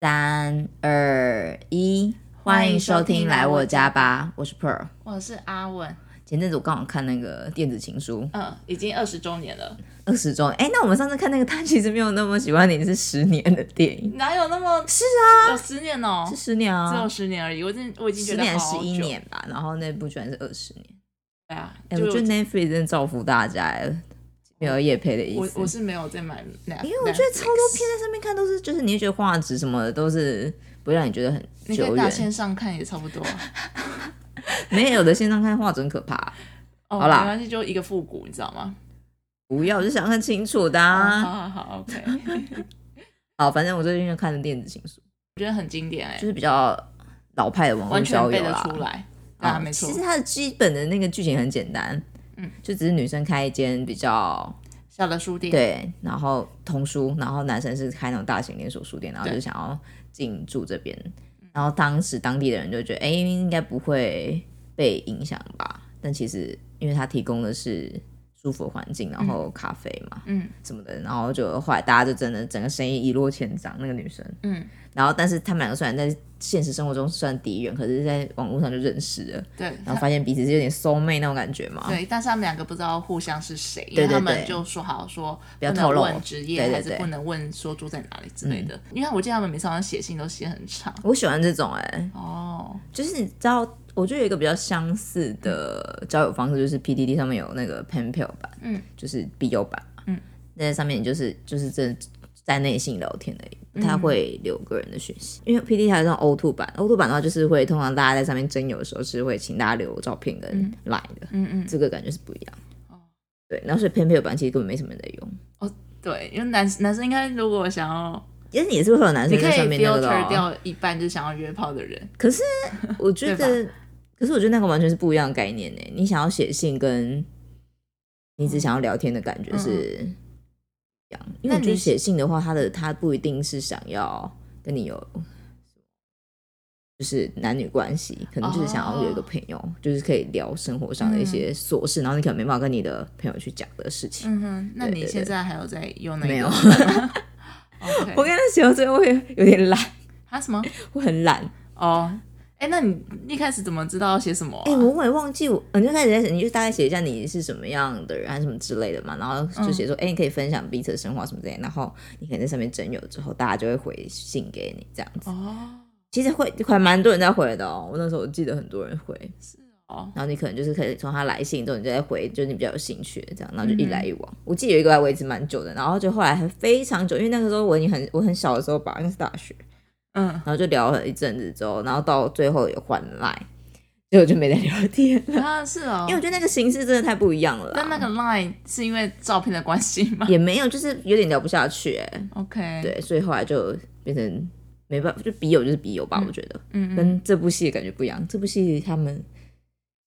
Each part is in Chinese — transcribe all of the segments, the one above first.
三二一，欢迎收听《来我家吧》，我是 Pearl。我是阿文，前阵子我刚好看那个电子情书嗯，已经二十周年了，二十周年，哎、那我们上次看那个《他其实没有那么喜欢你》是十年的电影，哪有那么是啊？有十年哦、是十年只有啊，十年而已。我已经我已经觉十得年好十久一，年吧，然后那部居然是二十年，对啊，哎、就我觉得 Netflix 真的造福大家了，没有叶配的意我思我。是没有在买 Net- Netflix，因为我觉得超多片在上面看都是，就是你会觉得画质什么的都是不会让你觉得很你可久以打远，线上看也差不多、啊。没有的线上看画质很可怕、哦，好啦没关系，就一个复古，你知道吗？哦不要，我就想看清楚的、啊。好好好，OK，我好，反正我最近就看了《电子情书觉得很经 典哎、》，就是比较老派的网络完全交背友得啦。出来。嗯啊，没错其，实它的基本的那个剧情很简单，嗯，就只是女生开一间比较小的书店，对，然后童书，然后男生是开那种大型连锁书店，然后就想要进驻这边。然后当时当地的人就觉得，哎、应该不会被影响吧？但其实因为他提供的是舒服的环境，然后咖啡嘛，嗯什么的，然后就后来大家就真的整个生意一落千丈。那个女生。嗯，然后，但是他们两个虽然在现实生活中算敌人，可是在网络上就认识了，对，然后发现彼此是有点 soul mate 那种感觉嘛。对，但是他们两个不知道互相是谁，因啊对为对他们对就说好说不要不透能露问职业，对对还是对嗯不能问说住在哪里之类的。因为我记得他们每次好像写信都写很长。我喜欢这种哎、哦，就是你知道，我觉得有一个比较相似的交友方式，就是 p d d 上面有那个 pen pal 版，嗯，就是 BU 版嘛，嗯，那在上面你就是就是真的在内信聊天而已。不嗯太会留个人的讯息，因为 P D 还有那种 O two 版，O two 版的话就是会通常大家在上面征友的时候是会请大家留照片跟嗯 line 的，嗯嗯，这个感觉是不一样。哦对，然后所以 pen pal 版其实根本没什么人在用，对，因为男男生应该如果想要，其实也是会有男你生可在以上面那个的 filter 哦、掉一半，就是想要约炮的人。可 是我觉对得，可是我觉得那个完全是不一样的概念呢。欸你想要写信跟你只想要聊天的感觉嗯是一样，因那为我觉你得写信的话，他的他不一定是想要跟你有。就是男女关系，可能就是想要有一个哦朋友就是可以聊生活上的一些琐事，然后你可能没办法跟你的朋友去讲的事情。嗯哼，那对你对现对在还有在用那个？没有我 OK，跟他写到最后会有点懒，他什么？我很懒。哦，哎，那你一开始怎么知道要写什么啊、哎、我我也忘记我，嗯你就开始在写，你就大概写一下你是什么样的人，还是什么之类的嘛，然后嗯就写说，哎、你可以分享彼此的生活什么之类的，然后你可能在上面征友之后，大家就会回信给你这样子。哦，其实会还蛮多人在回的哦，我那时候我记得很多人回，是哦，然后你可能就是可以从他来信之后，你就在回，就是你比较有兴趣的这样，然后就嗯一来一往。我记得有一个还维持蛮久的，然后就后来还非常久，因为那个时候我已经很我很小的时候吧，那是大学，嗯，然后就聊了一阵子之后，然后到最后有换 line，结果就没再聊天了。啊，是哦，因为我觉得那个形式真的太不一样了啦但那个 Line 是因为照片的关系吗也没有，就是有点聊不下去哎、嗯？OK，，对，所以后来就变成没办法，就笔友就是笔友吧，嗯我觉得嗯嗯，跟这部戏的感觉不一样。这部戏他们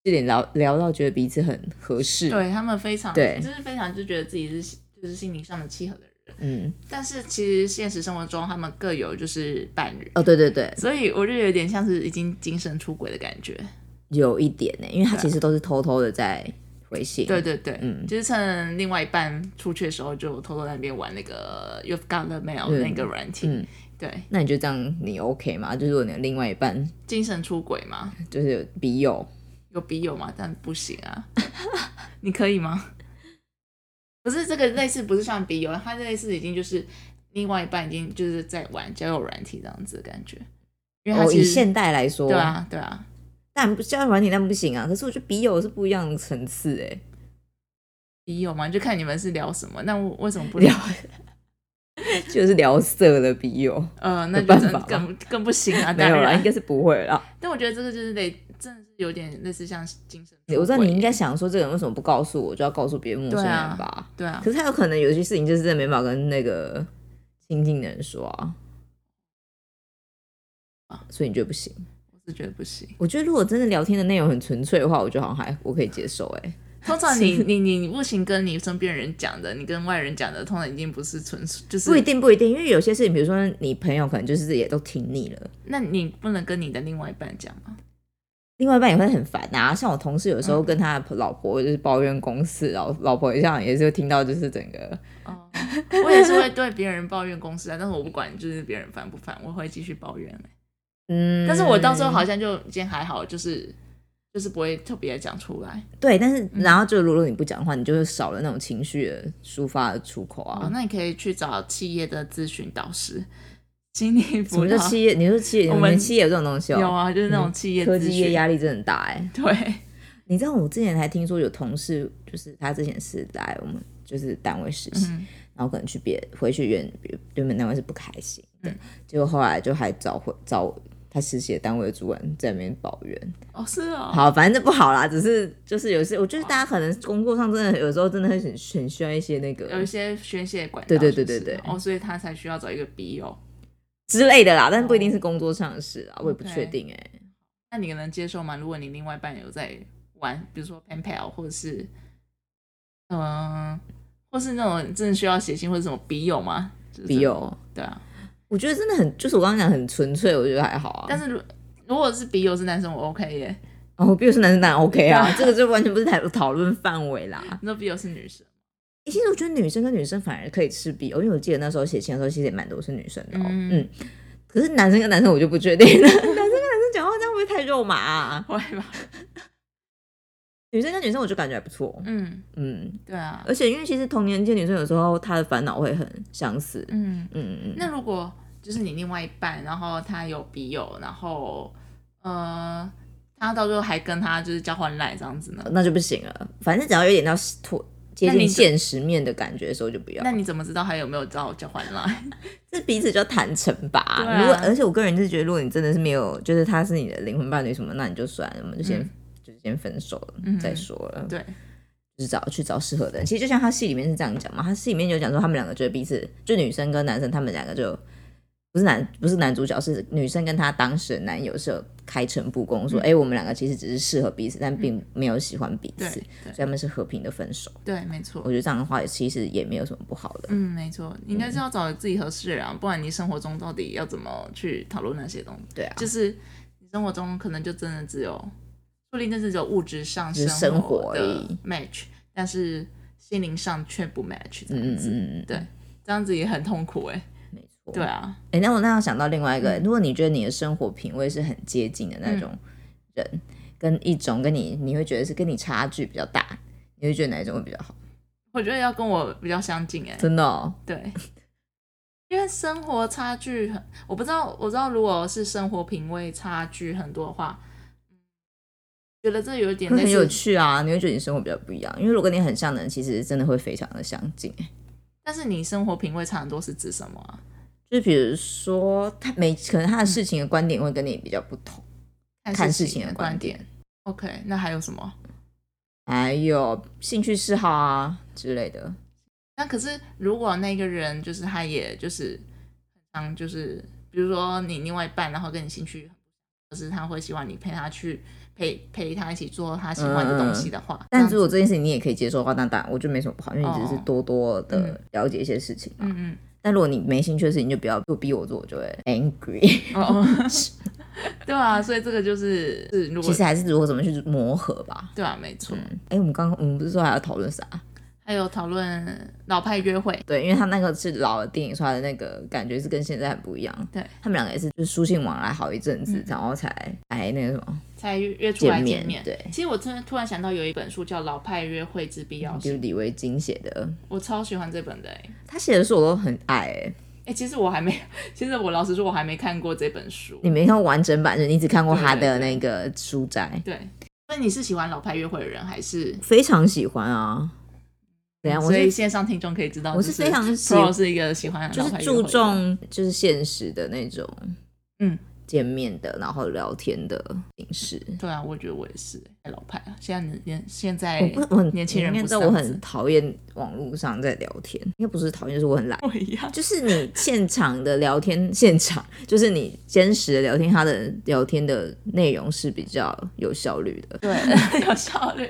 有点聊聊到觉得彼此很合适，，对他们非常，对就是非常就觉得自己是就是心灵上的契合的人，嗯，但是其实现实生活中他们各有就是伴侣，哦，对对对，所以我就有点像是已经精神出轨的感觉，嗯有一点欸呢、因为他对其实都是偷偷的在回信，对对对，嗯就是趁另外一半出去的时候，就偷偷在那边玩那个 You've Got the Mail、嗯那个软体，嗯对，那你觉得这样你 OK 吗？就是如果你的另外一半精神出轨嘛，就是有笔友，有笔友嘛，但不行啊， 你可以吗？不是这个类似，不是像笔友，它类似已经就是另外一半已经就是在玩交友软体这样子的感觉，因为它哦，其以实、现哦代来说，对，啊对啊，但不交友软体但不行啊。可是我觉得笔友是不一样的层次哎、笔友嘛，就看你们是聊什么，那我为什么不聊？ 就是聊色的笔友，呃，那有就办真法的吗更更不行啊！没当有啊啦，应然， 该是不会啦。但我觉得这个就是得真的是有点类似像精神出轨，我知道你应该想说，这个人为什么不告诉我，就要告诉别的陌生对人啊吧？对啊可，是他有可能有些事情就是真的没办法跟那个亲近的人说啊，所以你觉得不行？我是觉得不行。我觉得如果真的聊天的内容很纯粹的话，我觉得好像还我可以接受、欸。哎，通常 你你你不行跟你身边人讲的，你跟外人讲的，通常已经不是纯属就是不一定，不一定，因为有些事情，比如说你朋友可能就是也都听腻了，那你不能跟你的另外一半讲吗？另外一半也会很烦啊。像我同事有时嗯候跟他的老婆就是抱怨公司，然后老婆这样也是会听到，就是整个哦，我也是会对别人抱怨公司啊，但是我不管，就是别人烦不烦，我会继续抱怨、欸嗯。但是我到时候好像就今天还好，就是就是不会特别讲出来。对，但是嗯然后就如果你不讲的话，你就是少了那种情绪的抒发的出口哦，啊。那你可以去找企业的咨询导师，心理什辅么叫导。企业？你说企业，我你们们企业有这种东西哦？有啊，就是那种企业科咨技业询。压力真的很大哎、对，你知道我之前还听说有同事，就是他之前是来我们就是单位实习，嗯，然后可能去别回去原原本单位是不开心的，嗯结果后来就还找回找他实习的单位的主管在那边抱怨。哦是哦，好，反正这不好啦，只是就是有些我觉得大家可能工作上真的有时候真的会很很需要一些那有一个些宣泄管道，对对对是不是对对哦，所以他才需要找一个哦笔友。之类的啦，但不一定是工作上的事啦，我也不哦 OK 确定哎、那你能接受吗？如果你另外一半有在玩，比如说 pen pal 或者是嗯、呃或是那种真的需要写信或者什么笔友吗？就是笔友，对啊，我觉得真的很就是我刚刚讲很纯粹，我觉得还好啊。但是如如果是笔友是男生，我 OK 耶。哦，比如说男生当然 OK 啊 对啊，这个就完全不是讨讨论范围啦。你说笔友是女生，欸其实我觉得女生跟女生反而可以吃比，哦因为我记得那时候写信的时候，其实也蛮多是女生的、哦。嗯嗯可是男生跟男生我就不确定了，男 生跟男生讲话这样会不会太肉麻、啊？会吧？女生跟女生我就感觉还不错。嗯，嗯， 对啊，而且因为其实同年纪的女生有时候她的烦恼会很相似。嗯嗯。嗯嗯，那如果就是你另外一半，然后他有笔友，然后呃，他到最后还跟他就是交换赖这样子呢？那就不行了。反正只要有点到脱接那你近怎现实面的感觉的时候就不要。那你怎么知道他有没有找交换 赖？这彼此就坦诚吧。对啊如果而且我个人是觉得，如果你真的是没有，就是他是你的灵魂伴侣什么，那你就算了，我们就先、嗯就是先分手了、嗯再说了。对，就是找去找适合的人。其实就像他戏里面是这样讲嘛，他戏里面就讲说他们两个就是彼此，就女生跟男生他们两个就不是男不是男主角，是女诚跟她当时的男友是有开诚布公嗯说，哎、我们两个其实只是适合彼此，但并没有喜欢彼对此，所以他们是和平的分手。对，没错我。觉得这样的话，其实也没有什么不好的。嗯，没错，你应该是要找自己合适的人啊，不然你生活中到底要怎么去讨论那些东西？对啊，就是你生活中可能就真的只有，说不定真的只有物质上只是生生活而的已 match，但是心灵上却不 match 这嗯样嗯子，嗯嗯，对这样子也很痛苦哎、没错。对嗯啊，哎、那我那样想到另外一个，如果你觉得你的生活品味是很接近的嗯那种人，跟一种跟你你会觉得是跟你差距比较大，你会觉得哪一种会比较好？我觉得要跟我比较相近哎、真的、哦，对，因为生活差距很，我不知道，我知道如果是生活品味差距很多的话，嗯，觉得这有点会类很有似趣啊！你会觉得你生活比较不一样，因为如果跟你很像的人，其实真的会非常的相近。但是你生活品味差很多是指什么啊？就是比如说，他每可能他的事情的观点会跟你比较不同，看事情的观点， OK，那还有什么？还有兴趣嗜好啊之类的。那可是如果那个人就是他也就是很常就是，比如说你另外一半，然后跟你兴趣，就是他会希望你陪他去陪陪他一起做他喜欢的东西的话，嗯但这如样果子这件事情你也可以接受的话，那当然我觉得没什么不好，因为你只是哦多多嗯的了解一些事情嘛。嗯嗯。但如果你没兴趣的事情，就不要做逼我做，我就会 angry。哦， 对啊，所以这个就是是如果其实还是如何怎么去磨合吧。对啊，没错。嗯，哎、我们刚我们不是说还要讨论啥？还有讨论老派约会，对，因为他那个是老的电影，所以他的那个感觉是跟现在很不一样。对，嗯他们两个也是就是书信往来好一阵子，然后才才那个什么才约约出来见见面。面。对，其实我真的突然想到有一本书叫《老派约会之必要就性是》，李维京写的，我超喜欢这本的、欸。他写的书我都很爱、欸。哎、其实我还没，其实我老实说，我还没看过这本书你。没看过完整版，就你只看过他对的对对那个书斋，对，那你是喜欢老派约会的人，还是？非常喜欢啊。等一下我所以是线上听众可以知道，我是就是非常喜 Pro 是一个喜欢就老是派约注会的人重就是现实的那种，嗯，见面的，然后聊天的形式。对啊，我觉得我也是太老派了。现在年现在我不，我很哎年轻人你应该不知是道我这样很 子讨厌网络上在聊天，应该不是讨厌，就是我很懒。不一样，就是你现场的聊天，现场 就是你真实的聊天，他的聊天的内容是比较有效率的。对， 有效 率。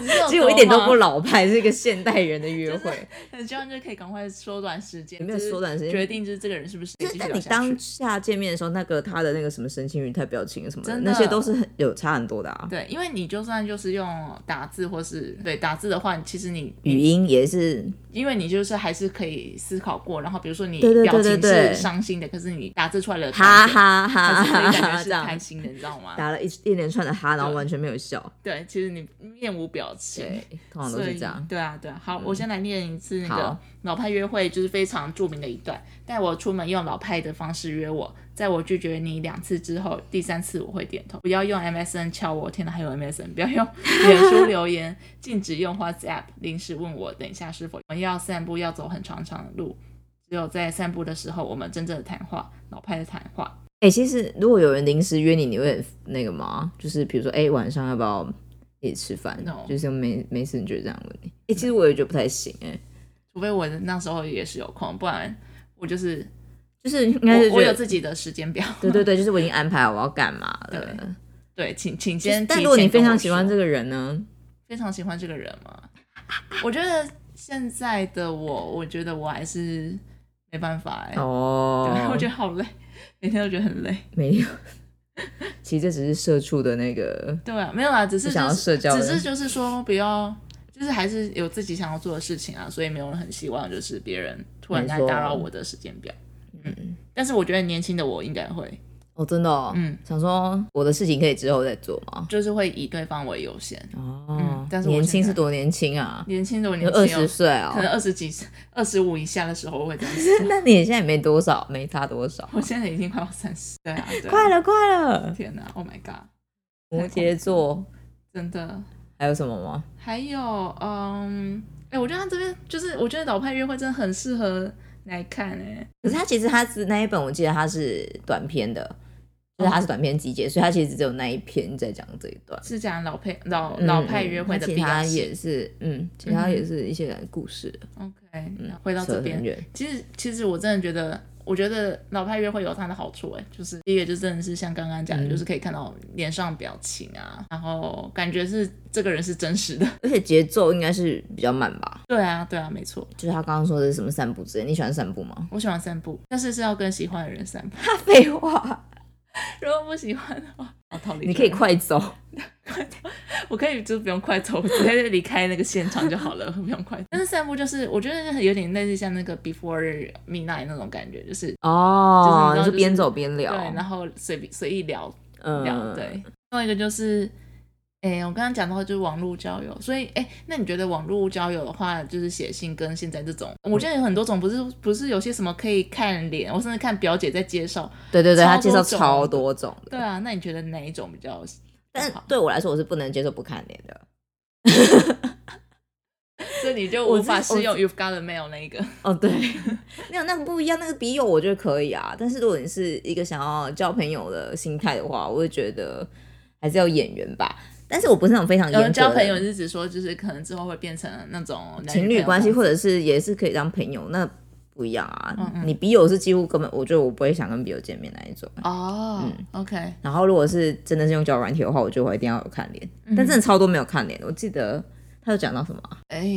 只是有其实我一点都不多嘛，啊老派，是一个现代人的约会。很希望就是可以赶快缩短时间，有没有就是缩短时间决定就是这个人是不是可以 就继是在续聊你下当去。下见面的时候，那个他的那那个什么神情语态、表情什么的，真的那些都是很有差很多的啊。对，因为你就算就是用打字或是对打字的话，其实你语音也是，因为你就是还是可以思考过，然后比如说你对对对表对情对是伤心的，可是你打字出来的哈感觉哈哈还是可哈以感哈觉是这样开，心的，你知道吗？打了一一连串的哈，然后对完全没有笑，对，其实你面无表情，对，通嗯常都所是以这样。嗯对啊，对啊。好，我先来念一次那个好老派约会，就是非常著名的一段。带我出门用老派的方式约我，在我拒绝你两次之后，第三次我会点头。不要用 MSN 敲我，天哪，还有 MSN！不 要用脸书留言，禁止用 WhatsApp。临时问我等一下是否我们要散步，要走很长长的路。只有在散步的时候，我们真正的谈话，老派的谈话。哎、其实如果有人临时约你，你会很那个吗？就是比如说，哎、晚上要不要一起吃饭 No 就是没没事，你觉得这样问你？哎、其实我也觉得不太行、哎，除非我那时候也是有空，不然我就是就是应该是我觉我得有自己的时间表。对对对，就是我已经安排好我要干嘛了。对，请请先提前跟我但说。如果你非常喜欢这个人呢？非常喜欢这个人嘛，我觉得现在的我，我觉得我还是没办法哎、哦 对，我觉得好累，每天都觉得很累。没有。其实这只是社畜的那个，对啊，没有啦，只是、就不是、想要社交的只是就是说不要，就是还是有自己想要做的事情啊，所以没有人很希望就是别人突然没来错打扰我的时间表。嗯，但是我觉得年轻的我应该会，哦，真的、哦，嗯，想说我的事情可以之后再做嘛。就是会以对方为优先。哦，嗯但是我年现轻是在多年轻啊？年轻的我有年二轻十有，岁哦。可。能二十几、二十五以下的时候我会这样子 那你现在也没多少，没差多少。 我现在已经快要三十，对啊，对啊快了，快了！天哪，Oh my god！摩羯座真的，还有什么吗？还有，嗯，哎、我觉得他这边就是，我觉得老派约会真的很适合来看、哎，可是它其实它是那一本，我记得它是短篇的，就是哦它是短篇集结，所以它其实只有那一篇在讲这一段。是讲老派老嗯哦老派约会的它其必要他性。也是，嗯，其他也是一些故事。 OK，嗯，回到扯这很边，远其实其实我真的觉得。我觉得老派约会有它的好处、哎，就是第一个就真的是像刚刚讲的，嗯就是可以看到脸上表情啊，然后感觉是这个人是真实的。 而且节奏应该是比较慢吧？对啊，对啊，没错，就是他刚刚说的是什么散步之类，你喜欢散步 吗？我喜欢散步，但是是要跟喜欢的人散步。废话， 如果不喜欢的话，好逃离。你可以快走。 我可以就是不用快 走，我直接离开那个现场就好了，不 用快走。但是散步就是，我觉得有点类似像那个 before midnight 那种感觉，就是、哦，就你是是你知道就是边走边聊，对，然后随便随意聊聊。嗯，对，另外一个就是，哎、我刚刚讲到就是网络交友，所以哎、那你觉得网络交友的话，就是写信跟现在这种，我觉得有很多种，不是不是有些什么可以看脸，我甚至看表姐在介绍。对对对，他超多介绍种超多种的。对啊，那你觉得哪一种比较？ 但好对我来说，我是不能接受不看脸的。这你就我无法自我适用 You've Got a Mail 那一个。哦，对，没有那个不一样，那个笔友我觉得可以啊。但是如果你是一个想要交朋友的心态的话，我会觉得还是要眼缘吧。但是我不是那种非常有严格人的交朋友是指说，就是可能之后会变成那种男情侣关系，朋友或者是也是可以当朋友，那不一样啊。嗯嗯你笔友是几乎根本，我觉得我不会想跟笔友见面那一种。哦、o 嗯 k 然后如果是真的是用交友软体的话，我觉得我一定要有看脸。嗯但真的超多没有看脸的，我记得他有讲到什么啊，哎，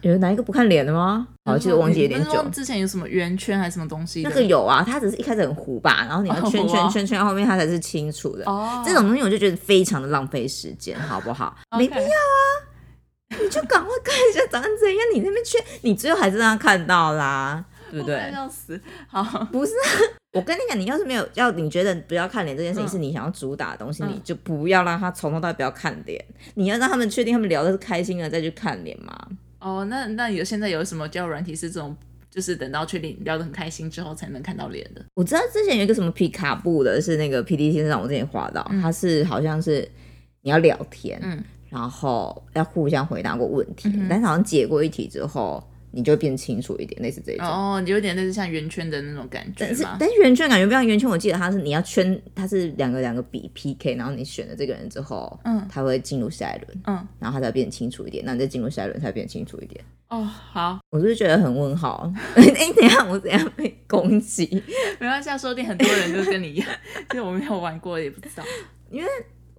有哪一个不看脸的吗？好，其实忘记有点嗯你不是久说。之前有什么圆圈还是什么东西的？那个有啊，它只是一开始很糊 吧，然后你要圈哦圈哇圈圈到后面它才是清楚的。哦，这种东西我就觉得非常的浪费时间，好不 好？没必要，要。你就赶快看一下长怎样。你那边圈，你最后还是让他看到啦，对不对？哦要死！好，不是啊，我跟你讲，你要是没有要，你觉得不要看脸这件事情嗯是你想要主打的东西，嗯你就不要让他从头到尾不要看脸。你要让他们确定他们聊的是开心的，再去看脸嘛。哦，那那有现在有什么交友软体是这种，就是等到确定聊得很开心之后才能看到脸的？我知道之前有一个什么皮卡布的，是那个 P D 先生，我之前滑到，他是好像是你要聊天，嗯然后要互相回答过问题，嗯哼但是好像解过一题之后，你就会变清楚一点，类似这一种。哦，有点类似像圆圈的那种感觉但是嘛。但是圆圈感觉不一样，圆圈我记得它是你要圈，它是两个两个比 PK，然后你选了这个人之后，嗯他会进入下一轮，嗯，然后他才变清楚一点，那你再进入下一轮才变清楚一点。哦，好，我是觉得很问号， 哎、等一下我怎样被攻击？没关系啊，说不定很多人就跟你一样， 就是我没有玩过，也不知道。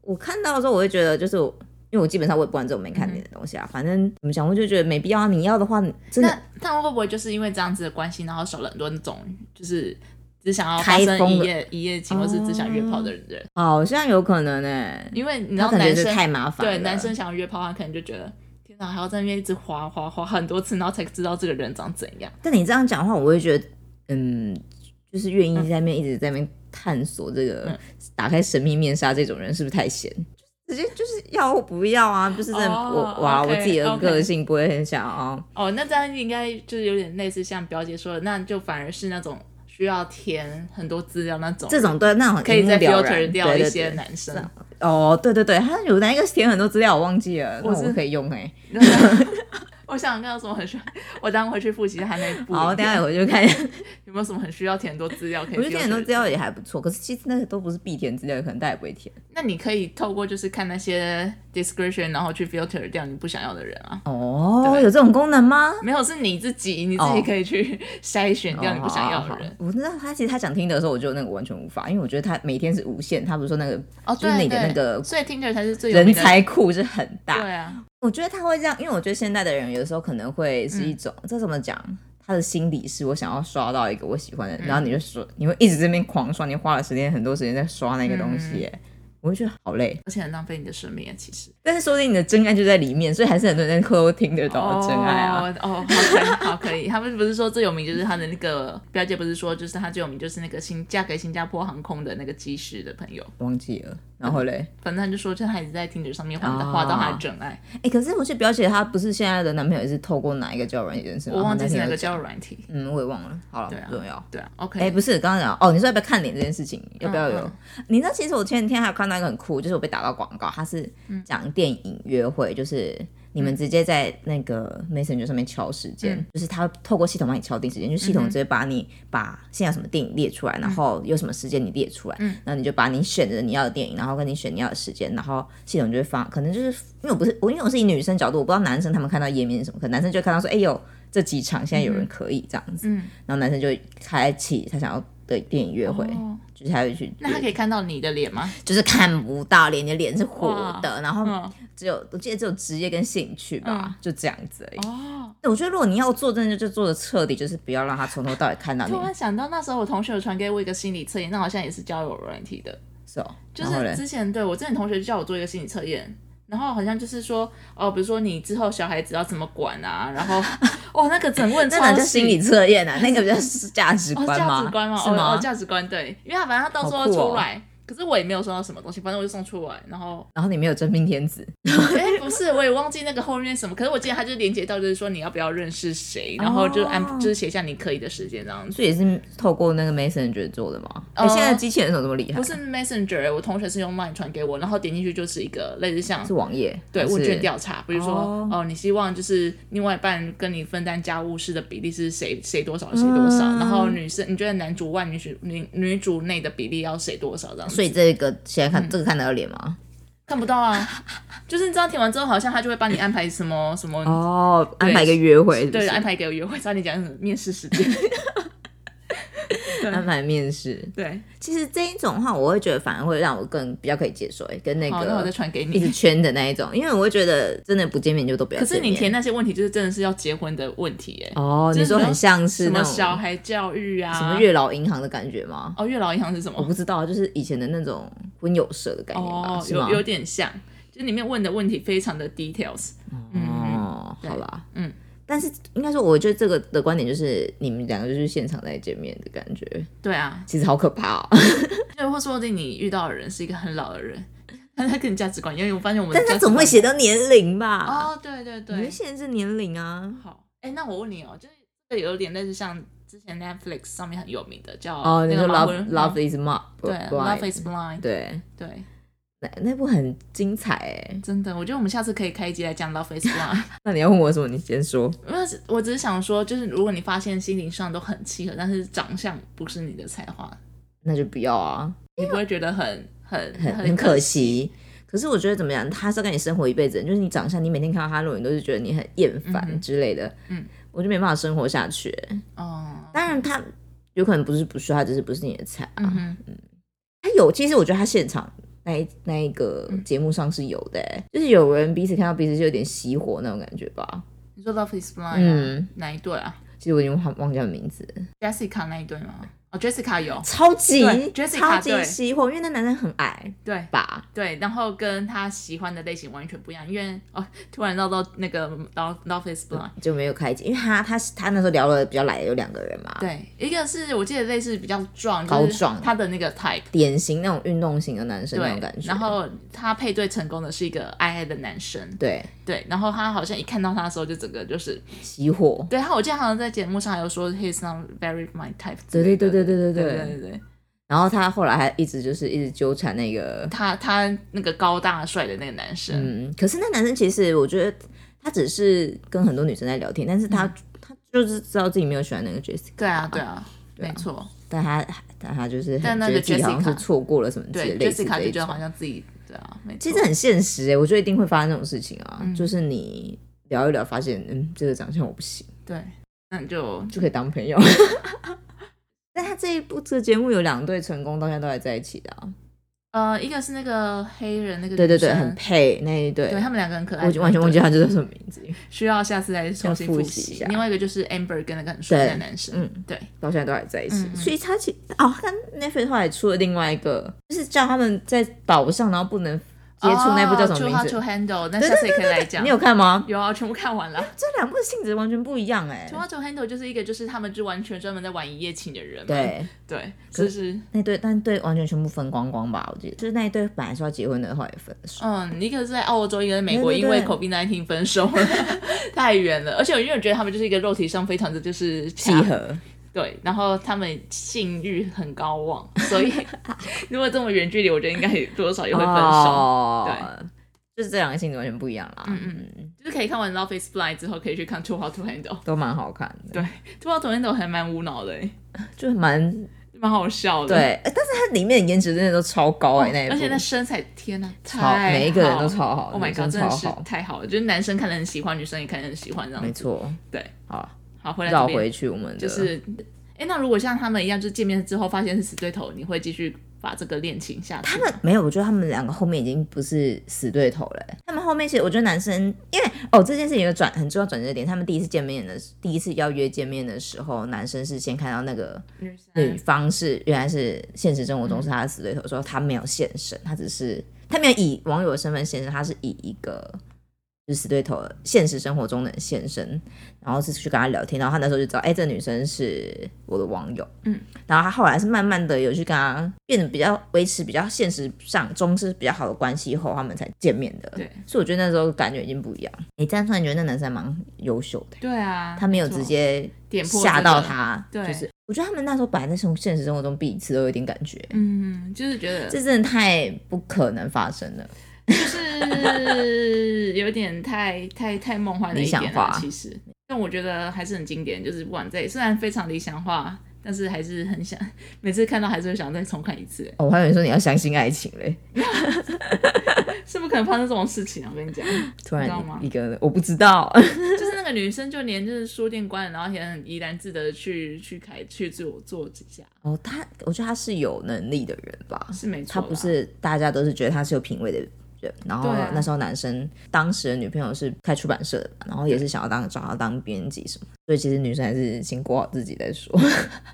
我看到的时候，我会觉得就是我。因为我基本上我也不玩这种没看点的东西啊，反正怎么讲，我就觉得没必要啊。你要的话，你真的那但会不会就是因为这样子的关系，然后少了很多那种就是只想要发开封生一了哦夜一夜情，或是只想约炮的人，好像有可能诶、因为你知他道可能男觉得生太麻烦了，对男生想要约炮，他可能就觉得天哪，还要在那边一直滑滑滑很多次，然后才知道这个人长怎样。但你这样讲话，我会觉得，嗯，就是愿意在那边一直在那边探索这个、嗯打开神秘面纱这种人，是不是太闲？直接就是要或不要啊，不是真的、哦我哇 OK，我自己的 OK 个性不会很想要。哦，那这样应该就是有点类似像表姐说的，那就反而是那种需要填很多资料那种，这种对那种可以再一目了然 filter 掉对一对些对男生。 哦，对对对，他有哪一个 填很多资料我忘记了，我那是我可以用哎、我想看有什么很需要，我等下回去复习一下那一部。好，等一下我就看一下，有没有什么很需要填很多资料可以？我觉得填很多资。料也还不错，可是其实那些都不是必填资料，可能大家也不会填。那你可以透过就是看那些 description，然后去 filter 掉你不想要的人啊。哦，对有这种功能吗？没有，是你自己，你自己哦可以去 筛选掉你不想要哦好的好人。好我知道他其实他讲听的时候，我就那个完全无法，因为我觉得他每天是无限，他不是说那个哦，就对是对，你的那个所以 Tinder 才是最有人名的才库是很大。对啊，我觉得他会这样，因为我觉得现代的人有时候可能会是一种、这怎么讲？他的心理是我想要刷到一个我喜欢的人，然后你就说你会一直这边狂刷，你花了时间很多时间在刷那个东西耶、我会觉得好累。而且很浪费你的生命啊，其实。但是说不定你的真爱就在里面，所以还是很多人在偷听得到真爱啊。哦，哦，好可以，好可以。他们不是说最有名就是他的那个表姐，不是说就是他最有名就是那个新嫁给新加坡航空的那个机师的朋友，忘记了，然后嘞，反正他就说就他一直在 Tinder 上面画哦画到他的真爱，哎、可是我去表姐她不是现在的男朋友也是透过哪一个交友软件认识吗？我忘记好像那是哪天有个讲交友软体。嗯，我也忘了。好了，对啊不重要。对啊哎、 ，OK，不是，刚刚讲哦，你说要不要看脸这件事情，要不要有？嗯你知道，其实我前几天还有看到一个很酷，就是我被打到广告，它是嗯讲电影约会，就是你们直接在那个 Messenger 上面敲时间，嗯就是它透过系统帮你敲定时间，就系统直接把你把现在有什么电影列出来，然后有什么时间你列出来，嗯然后你就把你选的你要的电影，然后跟你选你要的时间，然后系统就会放，可能就是因为我不是我，因为我是以女生角度，我不知道男生他们看到页面是什么，可能男生就会看到说，哎呦。这几场现在有人可以这样子，嗯，然后男生就会开启他想要的电影约会，哦就是他会去约，那他可以看到你的脸吗？就是看不到脸，你的脸是糊的，然后嗯，只有我记得只有职业跟兴趣吧，嗯就这样子而已。哦，我觉得如果你要做，真的就做的彻底，就是不要让他从头到尾看到你突，然想到那时候我同学有传给我一个心理测验，那好像也是交友软体的，是哦，就然后嘞是之前对我之前同学就叫我做一个心理测验，然后好像就是说哦，比如说你之后小孩子要怎么管啊， 然后哦那个整问那哪超叫细心理测验啊？那个比较是价值哦观价吗？值观吗？是哦吗？哦价值观对，因为他反正他到时候好酷哦出来，可是我也没有收到什么东西，反正我就送出来，然后然后你没有真命天子， 哎不是我也忘记那个后面什么，可是我记得他就连接到就是说你要不要认识谁，然后就安、哦就是写下你可以的时间这样子。所以也是透过那个 Messenger 做的吗？哎、呃现在机器人怎么这么厉害？不是 Messenger，我同学是用 Line 传给我，然后点进去就是一个类似像是网页，对还是问卷调查，比如说哦哦、你希望就是另外一半跟你分担家务事的比例是谁谁多少谁多少，嗯然后女生你觉得男主外女主女女主内的比例要谁多少这样子，所以这个现在看、嗯这个看得到脸吗？看不到啊，就是你知道填完之后，好像他就会帮你安排什么什么，哦，对安排一个约会是不是，对，安排给我约会，差点讲什么面试时间，安排面试。对，其实这一种的话，我会觉得反而会让我更比较可以接受，哎，跟那好，那我再个传给 一直你。圈的那一种，因为我会觉得真的不见面就都不要可见是面。你填那些问题，就是真的是要结婚的问题耶，哦，就是你说比较很像是什那么种小孩教育啊，什么月老银行的感觉吗？哦，月老银行是什我么？不知道，就是以前的那种婚友社的概念吧，哦，是吗有？有点像，就是里面问的问题非常的 details。哦，对好吧，嗯。但是应该说，我觉得这个的观点就是你们两个就是现场在见面的感觉，对啊，其实好可怕哦。就或说不定你遇到的人是一个很老的人， 但他跟你价值观一样，因为我发现我们 的但他价值总观会写到年龄吧？哦，对对你们对，限制年龄啊。好，哎，那我问你哦，就是这有点类似像之前 Netflix 上面很有名的叫哦，你那说个 Love 盲婚 Love is Mob，对 Love is Blind，对，对，那那部很精彩哎。真的，我觉得我们下次可以开一集来讲 Love is Blind，那你要问我什么？你先说。 因为我只是想说，就是如果你发现心灵上都很契合，但是长相不是你的才华，那就不要啊，你不会觉得很很很很很可惜。可是我觉得怎么样，他是要跟你生活一辈子的，就是你长相，你每天看到他的裸你都是觉得你很厌嗯烦哼之类的，嗯，我就没办法生活下去。哦，当然，他有可能不是不需要，他只是不是你的菜啊。嗯哼。他有，其实我觉得他现场那一那一个嗯节目上是有的、欸，就是有人彼此看到彼此就有点熄火那种感觉吧。你说 Love is Blind，、啊嗯哪一对啊其实我已经忘忘记他的名字了， ？Jessica 那一对吗？哦，Jessica 有，超级对，Jessica，超级对吸火，因为那男生很矮对吧？对，然后跟他喜欢的类型完全不一样，因为哦，突然绕到那个 Love Love Is Blind，就没有开机，因为他他他那时候聊了比较来的有两个人嘛，对，一个是我记得类似比较壮，高就是壮他的那个 type，典型那种运动型的男生那种对感，觉。然后他配对成功的是一个矮矮的男生，对对，然后他好像一看到他的时候就整个就是，熄火，对他，我记得好像在节目上有说 he's not very my type，对对对对对对对对对对对，然后他后来还一直就是一直纠缠那个，他他那个高大帅的那个男生，嗯，可是那男生其实我觉得他只是跟很多女生在聊天，但是他、他就是知道自己没有喜欢那个 Jessica，嗯对啊对啊，对啊没错，但他但他就是很但那觉个得自己好像 Jessica- 是错过了什么之类对类似这，Jessica 就一觉种得。好像自己对啊，没其错实，很现实哎、我觉得一定会发生这种事情啊，嗯就是你聊一聊，发现嗯，这个长相我不行，对，那就就可以当朋友。 但他这一部这个节目有两对成功，到现在都还在一起的、啊，呃，一个是那个黑人那个对对对，女生很配那一对。对他们两个很可爱，我已经完全忘记他叫什么名字，需要下次再重新要复复习一习下。另外一个就是 Amber 跟那个很帅的男生，嗯，对到现在都还在一起。嗯嗯所以他其哦，他 Netflix 后来出了另外一个，就是叫他们在岛上，然后不能接触那部叫哦什么名字？ ？To Handle，那下次也可以来讲。你有看吗？有啊，全部看完了。这两部的性质完全不一样哎、 To Handle Handle 就是一个就是他们就完全专门在玩一夜情的人嘛，对，对，就是那对，但对完全全部分光光吧，我记得就是那一对本来说要结婚的，后来也分手。嗯，一个是在澳洲，一个在美国，对对因为对 COVID 1 9分手了， 太远了。而且我因为我觉得他们就是一个肉体上非常的就是契契，合，对，然后他们性欲很高旺， 所以如果这么远距离，我觉得应该也多少也也会分手。哦手，对，就是这两个性质完全不一样啦，嗯嗯嗯，就是可以看完《Love Is Blind》之后，可以去看《Too Hot to Handle》。《 都蛮好看的，对 Too Hot to Handle》还蛮无脑的欸，就蛮蛮好笑的。对，呃但是它里面的颜值真的都超高哎、那一部，嗯哦而且那身材，天哪，超太每一个人都好。超好 Oh my 女生 god，真的超是好，太好了，就是男生看得很喜欢，女生也看得很喜欢这没样子。错，对，好好，回来绕这边回去我们的就是，哎，那如果像他们一样，就是见面之后发现是死对头，你会继续把这个恋情下去他吗？们没有，我觉得他们两个后面已经不是死对头了嗯欸。他们后面其实我觉得男生，因为哦这件事情有转很重要转折点，他们第一次见面的第一次邀约见面的时候，男生是先看到那个女女生方是原来是现实生活中是他的死对头，说他没有现身，他只是他没有以网友的身份现身，他是以一个。就是死对头，现实生活中的现身，然后是去跟他聊天，然后他那时候就知道，哎、这女生是我的网友，嗯，然后他后来是慢慢的有去跟他变得比较维持比较现实上中是比较好的关系后，他们才见面的，对，所以我觉得那时候感觉已经不一样。你这样突然觉得那男生还蛮优秀的，对啊，他没有错直接点破吓这到个，他，对就是我觉得他们那时候本来在从现实生活中彼此都有一点感觉，嗯，就是觉得这真的太不可能发生了。就是有点太太太梦幻的一理点想了化，其实，但我觉得还是很经典，就是不管在虽然非常理想化，但是还是很想每次看到还是会想再重看一次，哦，我还以为你说你要相信爱情嘞，是不可能发生这种事情啊！我跟你讲，突你然知道吗一个我不知道， 就是那个女生就连就是书店关了，然后也很怡然自得地去去开去做做指甲，哦，他我觉得他是有能力的人吧，是没他错啦，不是大家都是觉得他是有品味的人。然后对啊那时候男生当时的女朋友是开出版社的嘛，然后也是想要当找他当编辑什么，所以其实女生还是先过好自己再说。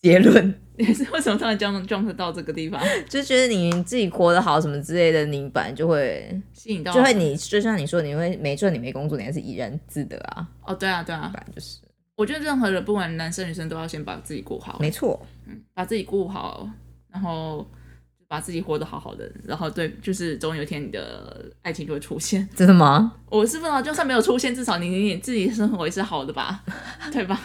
结论 也是为什么突然 jump jump 到这个地方，就觉得你自己活得好什么之类的，你本来就会吸引到就会你就像你说，你会没赚你没工作，你还是怡然自得啊，哦，对啊对啊本，来就是我觉得任何人不管男生女生都要先把自己过好，没错。把自己顾好，然后把自己活得好好的，然后对，就是总有一天你的爱情就会出现。真的吗？我是不知道，就算没有出现，至少你你自己生活也是好的吧， 对吧？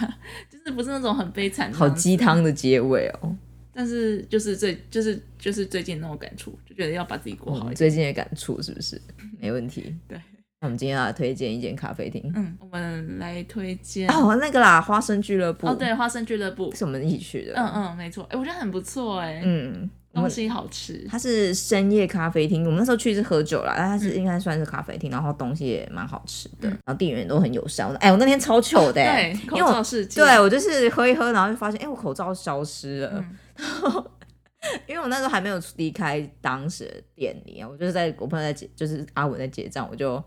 就是不是那种很悲惨，好，鸡汤的结尾哦，但是就是最就是就是最近那种感触，就觉得要把自己过我好们一点。最近的感触是不是？没问题。对，那我们今天要来推荐一间咖啡厅嗯，我们来推荐哦，那个啦，花生俱乐部哦，，对，花生俱乐部，是我们一起去的。嗯嗯，没错，哎，我觉得很不错哎，嗯，我东们西好吃，它是深夜咖啡厅，我们那时候去是喝酒啦，但它嗯是应该算是咖啡厅，然后东西也蛮好吃的，然后店员都很友善。我哎，我那天超糗 的、对，口因为我罩世界，对我就是喝一喝，然后就发现，哎、我口罩消失了。嗯 因为我那时候还没有离开当时的店里啊，我就是在我朋友在结，就是阿文在结账，我就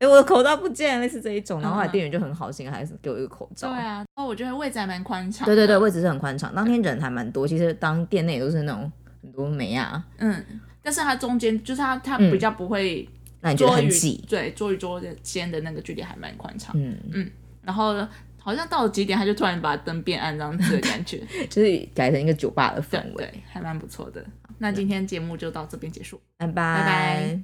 哎、我的口罩不见了，类似这一种。然后后来嗯店员就很好心，还是给我一个口罩。对啊，哦，我觉得位置还蛮宽敞。对对对，，位置是很宽敞，当天人还蛮多。其实当店内都是那种很多美亚，嗯，但是它中间就是它它嗯比较不会那你觉得桌嗯很与挤？对，桌与桌间的那个距离还蛮宽敞。嗯，然后呢好像到了几点，他就突然把灯变暗这样子的感觉，就是改成一个 酒吧的氛对围。对，还蛮不错的。那今天节目就到这边结束。拜拜拜